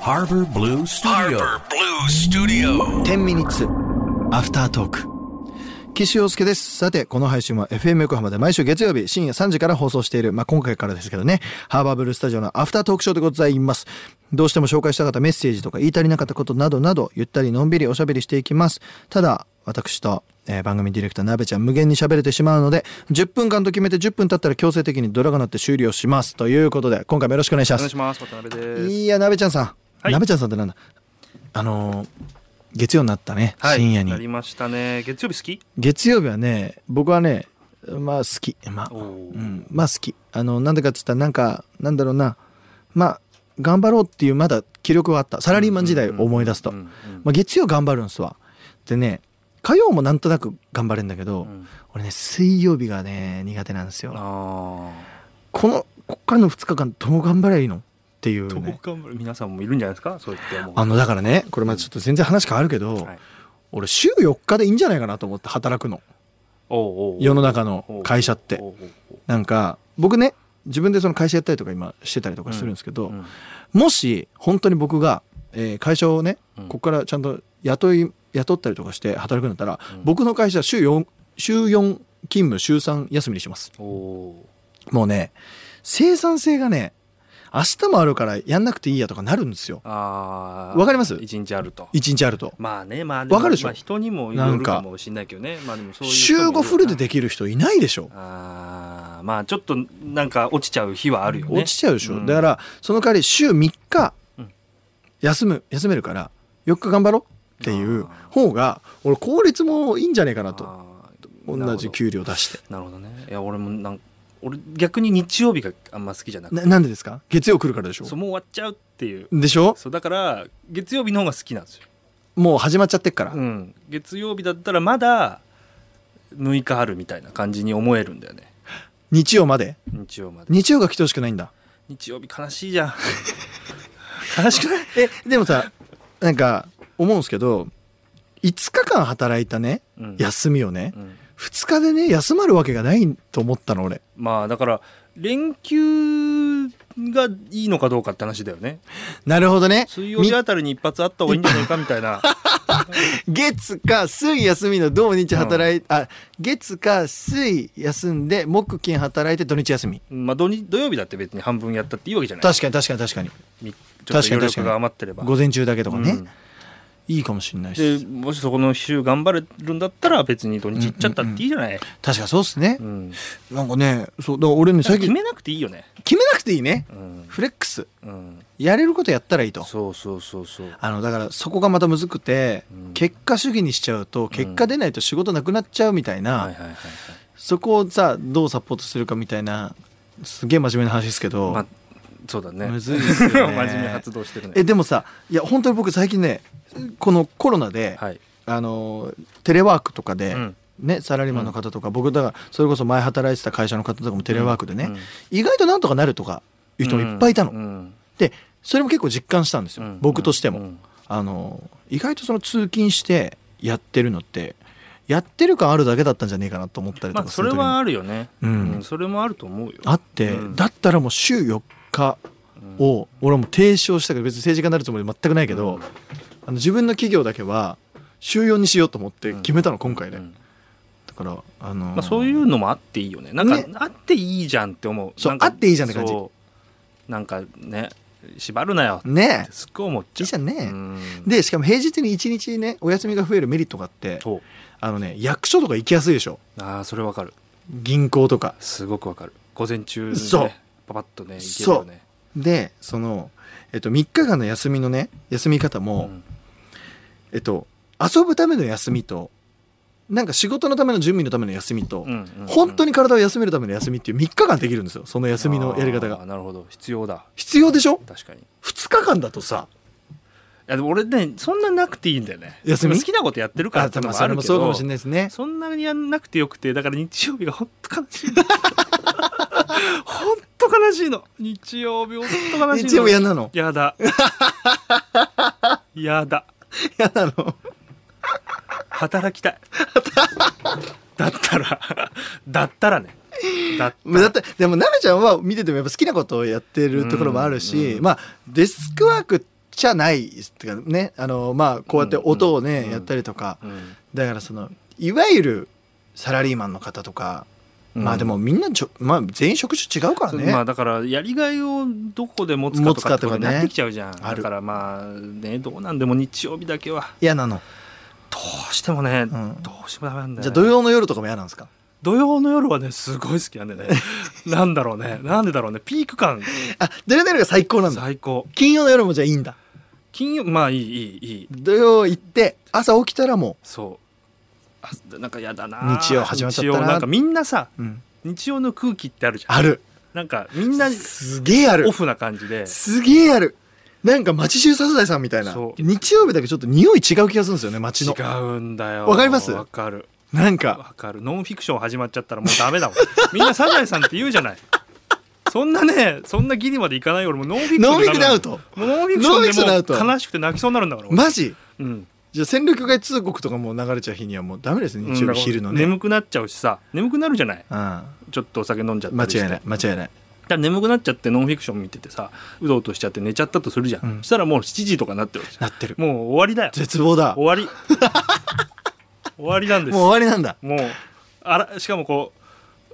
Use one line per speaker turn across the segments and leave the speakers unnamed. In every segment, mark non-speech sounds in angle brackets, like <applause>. Harbor Blue Studio.
Harbor Blue Studio.
10ミニッツアフタートーク岸洋介ですさてこの配信は FM 横浜で毎週月曜日深夜3時から放送している、まあ、今回からですけどねハーバーブルースタジオのアフタートークショーでございますどうしても紹介したかったメッセージとか言い足りなかったことなどなどゆったりのんびりおしゃべりしていきますただ私と、えー番組ディレクターなべちゃん無限に喋れてしまうので10分間と決めて10分経ったら強制的にドラが鳴って終了しますということで今回もよろしくお願いしま
お願い
す
します。渡辺です。
いや、なべちゃんさん、
はい
なべちゃんさんってなんだ。あのー月曜になったね、
はい
深夜
なり
に。
ましたね。月曜日好き？
月曜日はね、僕はね、まあ好き、まあ、
お
う
おー。
ん、まあ好き。あの、なんでかっつったら、なんか、なんだろうな、まあ頑張ろうっていうまだ気力はあった。サラリーマン時代を思い出すと、
うんうん
まあ月曜頑張るんすわ。でね、火曜もなんとなく頑張れんだけど、
うん
俺ね水曜日がね苦手なんですよ。
あ
このこっからの2日間どう頑張りゃいいのっていう、
あ。
ね。
どう頑張る皆さんもいるんじゃないですか？そう言ってもう。
あのだからねこれまあちょっと全然話変わるけど、
はい
俺週4日でいいんじゃないかなと思って働くの
おうおうおう。
世の中の会社って
おうおうおう
なんか僕ね自分でその会社やったりとか今してたりとかするんですけど、
うん
もし本当に僕が、えー会社をね
うん
ここからちゃんと雇い雇ったりとかして働くんだったら、
うん
僕の会社は週4週4勤務週3休みにします
おお。
もうね生産性がね明日もあるからやんなくていいやとかなるんですよ
ああ。
わかります
一日あると。
一日あると
まあね、まあ
わかるでしょ
まあ人にも
な
よ
ん
る
か
かもしれないけどね。まあでもそういう人もい
週
るよな
5フルでできる人いないでしょ
ああ、まあちょっとなんか落ちちゃう日はあるよね。
落ちちゃうでしょ、
ん
だからその代わり週3日
うん
休む休めるから4日頑張ろうっていう方が俺効率もいいんじゃねえかなと
あー
同
なるほ
じ
ど
給料出して
なるほどねいや俺もなん俺逆に日曜日があんま好きじゃなくて
ななんでですか月曜来るからでしょ
そうもう終わっちゃうっていう
でしょ
そうだから月曜日の方が好きなんですよ、
もう始まっちゃってっから、
うん、月曜日だったらまだ6日あるみたいな感じに思えるんだよね
日曜まで
日曜まで
日曜が来てほしくないんだ
日曜日悲しいじゃん
<laughs>
悲しくない
えでもさなんか思うんですけど5日間働いたね
うん
休みをね
うん
2日でね休まるわけがないと思ったの俺
まあだから連休がいいのかどうかって話だよね
なるほどね
水曜日あたりに一発あった方がいいんじゃないかみた
<laughs>
いな
月か水休みの土日働い、あ月か水休んで木金働いて土日休み
まあ土日土曜日だって別に半分やったっていいわけじゃない
確かに確かに確かに
みちょっと余
確か
力
に
が余ってれば
午前中だけとかね、
うん
いいかもしれない
で
し
もしそこの週頑張れるんだったら別に土日行っちゃったっていいじゃない、
確かそうっすね
う、ん
なんかねそうだから俺ね
だから
最
決
近
めなくていいよね、
決めなくていいね
うん
フレックス
うん、
やれることやったらいいと
そうそうそうそう
あのだからそこがまたむずくて、
うん
結果主義にしちゃうと結果出ないと仕事なくなっちゃうみたいな、
はいはいはい、はい
そこをさどうサポートするかみたいなすげえ真面目な話ですけど、
まあ、そうだね
むずいっすよね
<laughs> 真面目発動してるね
えでもさいや本当に僕最近ねこのコロナで、
はい、
あのテレワークとかで、
うん
ね、サラリーマンの方とか、僕だからそれこそ前働いてた会社の方とかもテレワークでね、
うん
意外となんとかなるとかいう人もいっぱいいたの。
うん
でそれも結構実感したんですよ、
うん
僕としても。
うん
あの意外とその通勤してやってるのってやってる感あるだけだったんじゃねえかなと思ったり
ま
と
あ
かす
そ
る
れ
時も
はあるよね、
うん
それもあると思うよ
あって、
うん
だったらもう週4日を俺はもう提唱したけど別に政治家になるつもり全くないけど、
うん
あの自分の企業だけは週4にしようと思って決めたの今回で、
うん
だからあのー
まあ、そういうのもあっていいよねなんか、
ね
あっていいじゃんって思う
そう
なんか
あっていいじゃんって感じ
そうなんかね縛るなよっ
ね
てすっごい思っち
い
ゃう
いじゃんね
うん
えでしかも平日に1日ねお休みが増えるメリットがあって
そう
あのね役所とか行きやすいでしょ
ああそれわかる
銀行とか
すごくわかる午前中、ね、
そう
パパッとねいけるよね
でその、えっと、3日間の休みのね休み方も、
ん
えっと遊ぶための休みとなんか仕事のための準備のための休みと、
うんうんうん
本当に体を休めるための休みっていう3日間できるんですよその休みのやり方
あ
が
ーなるほど必要だ
必要でしょ
確かにい
2日間だとさ
やでも俺ねそんななくていいんだよね
休み
好きなことやってるからってのもあるけど
そうかもしれないですね
そんなにやんなくてよくてだから日曜日が本当悲しい
<laughs>
本当悲しいの日曜日本当悲しいの
日曜日嫌なの <laughs>
やだやだ
嫌なの
働
<laughs>
きたいだったらだったらねだったら
だってでもなべちゃんは見ててもやっぱ好きなことをやってるところもあるし、
うんうん
まあデスクワークじゃないっていうかねあのまあこうやって音をね、
うんうん
やったりとか
うん
だからそのいわゆるサラリーマンの方とか、まあでもみんなちょ、まあ、全員職種違うからね、
まあだからやりがいをどこで持つかとかってことになってきちゃうじゃん、
かとかね
だからまあねどうなんでも日曜日だけは
嫌なの、
どうしてもね、
うん
どうしてもダメなんだよね、
じゃあ土曜の夜とかも嫌なんですか
土曜の夜はねすごい好きなん
<laughs>
でねなんだろうねなんでだろうねピーク感
あ土曜の夜が最高なんだ
最高
金曜の夜もじゃあいいんだ
金曜まあいいいいいい
土曜行って朝起きたらも
そうあなんかやだな
日曜始まっちゃったな
日曜なんかみんなさ
う、うん、
日曜の空気ってあるじゃん
ある
なんかみんな
すげえある
オフな感じです
げえあるなんか町中サザエさんみたいな
そう
日曜日だけちょっと匂い違う気がするんですよね町
違
の
うんだよ
わかります
わかる
なんか
<laughs> わかるノンフィクション始まっちゃったらもうダメだもん <laughs> みんなサザエさんって言うじゃないそんなねそんなギリまでいかない俺もうノンフィクション
ノンフィク
で
で
ダ
ア
メ
ウ
だ
ト
もうノンフィクション
ノンフィクションでアウ
で
ト
もう悲しくて泣きそうになるんだから俺
マジ
うん
じゃあ戦力外通告とかもう流れちゃう日にはもうダメですね日曜日昼のね、
眠くなっちゃうしさ眠くなるじゃないちょっとお酒飲んじゃっ
うん、
た
間
りして
違いない間違いない
だから眠くなっちゃってノンフィクション見ててさうとうとしちゃって寝ちゃったとするじゃん、
うん
そしたらもう7時とかになってるわけじゃ
なってる
んもう終わりだよ
絶望だ
終
も
わり
<laughs>
終わりなんで
う
す
終わりなんだ
もうあらしかもこ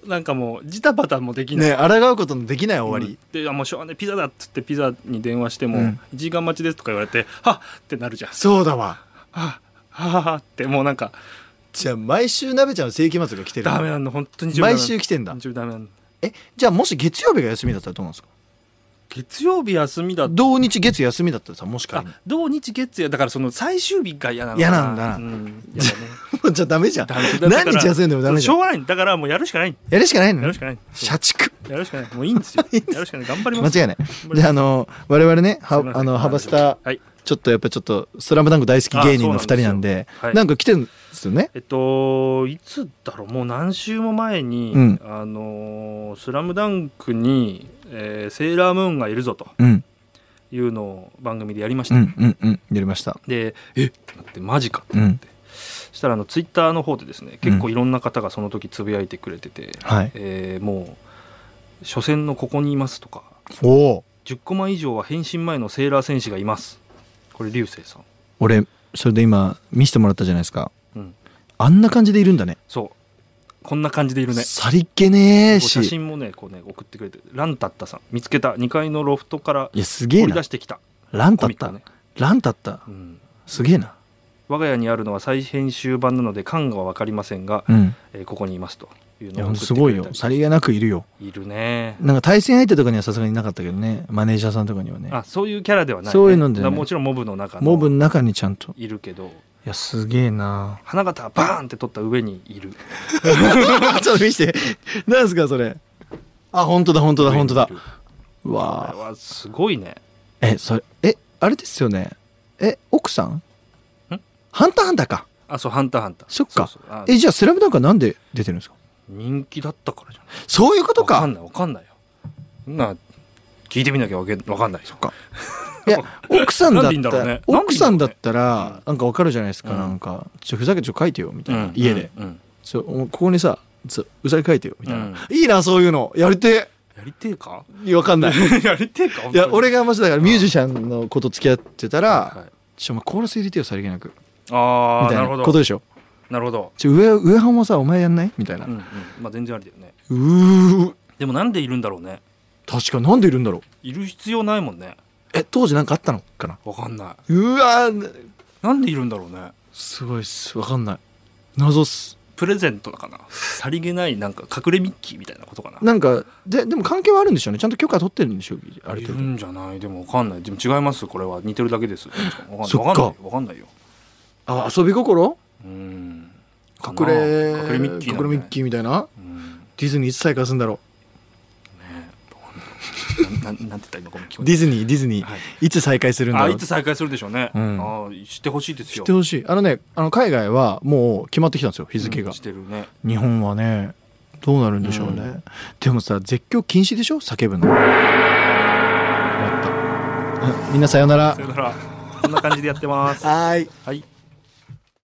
うなんかもうジタバタもできない、
ね抗うことのできない終わり、
うんであもうしょうがないピザだっつってピザに電話しても
うん
1時間待ちですとか言われて、はっってなるじゃん
そうだわ
はっはっってもうなんか
じゃあ毎週鍋ちゃんの世紀末が来てる
ダメなんだ本当に
毎週来てんだ
日曜日ダメなんだ
えじゃあもし月曜日が休みだったらどうなんですか
月曜日休みだと
同日月休みだったらさもし
あ
仮
<laughs>
に
土日月曜だからその最終日が嫌なのか
嫌なんだな
うん、嫌だね
もうじゃあダメじゃん
ダメだから
<laughs> 何日休んでもダメじゃ
そうんしょうがないだからもうやるしかない
やるしかないの
やる
ね
しかない
社畜
やるしかないもういいんで
<laughs>
すよやるしかない頑張り
間
ます
違いないじゃああの我々ねは
すいません
あのハバスタ
はい
ちょっとやっぱちょっと「スラムダンク大好き芸人の2人なんで
あそうなんですよはい
なんか来てるんですよね
えっといつだろうもう何週も前に「
うん
あのースラムダンクに、えーセーラームーンがいるぞと
うん
いうのを番組でやりまし
う
た、
んうんうんやりました
でえってなってマジかって
うん
そしたらあのツイッターの方でですね結構いろんな方がその時つぶやいてくれてて、
はい
えーもう初戦のここにいますとか
おお
10コマ以上は返信前のセーラー戦士がいますこれ流星さん、
俺それで今見せてもらったじゃないですか
うん、
あんな感じでいるんだね
そうこんな感じでいるね
さりげねえ
こう写
し
真もねこうね送ってくれてランタッタさん見つけた2階のロフトから
いやすげえ
掘り
な
出してきた
ランタ
コ
っ
ミック
た
ね、
ランタった
うん、
すげえな
我が家にあるのは再編集版なので缶が分かりませんが、
うん
えーここにいますという
いや
の
ほ
を
んとす
送ってく
ごい
れた
よさりげなくいるよ
いるね
なんか対戦相手とかにはさすがになかったけどねマネージャーさんとかにはね
あそういうキャラではない、ね、
そういうのでね
だからもちろんモブの中の
モブの中にちゃんと
いるけど
いやすげえな
花形はバーンって取った上にいる
ちょっと見
<laughs>
してなんですかそれあ本当だ本当 <laughs> だ本当だう
あれ
わ
はすごいね
ーえそれえあれですよねえ奥さんハンターハンターか
あそう「ハンターハンター」
そっか
うそうあ
えじゃあ「スラムダンクはなんで出てるんですか
人気だったからじゃない
そういうこと
わか
か
んないわかんないよそんな聞いてみなきゃわけわかんないよ
いや奥さんだ
な
っ
んでいいんだ
た
ろう
ら、
ね
奥さんだったらな
なんでいいんだろうね
んかわかるじゃないですか、
うん
なんかちょふざけちょ書いてよみたいな、
うん
家で、
うんうん
ちょここにさちょうざい書いてよみたいな、
うん
いいなそういうのやりて
やりてえか
えわかんないい
<laughs> やりてえか
や俺
が
がもしだからミュージシャンの子と付き合ってたら、
はい、
ちょお前コーラス入れてよさりげなくみ
ああ
たい
な
な
るほど
ことでしょ
なるほど、
ちょ上上半もさお前やんないみたいな、
う
うん
うん、まあ全然ありだよね
ーう
でもなんでいるんだろうね
確かになんでいるんだろう
いる必要ないもんね
え当時なんかあったのかな
わかんないう
わー
なんでいるんだろうね
すごいっすわかんない謎っす
プレゼントだかなさりげないなんか隠れミッキーみたいなことかな
なんかででも関係はあるんでしょうねちゃんと許可取ってるんでしょうある
い
程
る
度
んじゃないでもわかんないでも違いますこれは似てるだけですわかんない
そっか
わかんないわかんないよ
あ遊び心
うんかな
隠れ
隠れミッキーな
隠
んだね
れミッキーみたいな
うん
ディズニーいつ再開するんだろ
ねえどうなんだろうなななんて言った今ごめん聞
う
こ
ディ
え
ズニーディズニー、
はい
い、つ再開するん
た
だ
あ
ろう
いつ再開するでしょうね、
うん
ああ知ってほしいです
知っ
よ
てほしいあのねあの海外はもう決まってきたんですよ日
うん
付が
し、てるね
日本はねどうなるんでしょうね、
う
でもさ絶叫禁止でしょ叫ぶの終わったみんなさようなら
それからこんな感じでやってます
<laughs> はーい
はい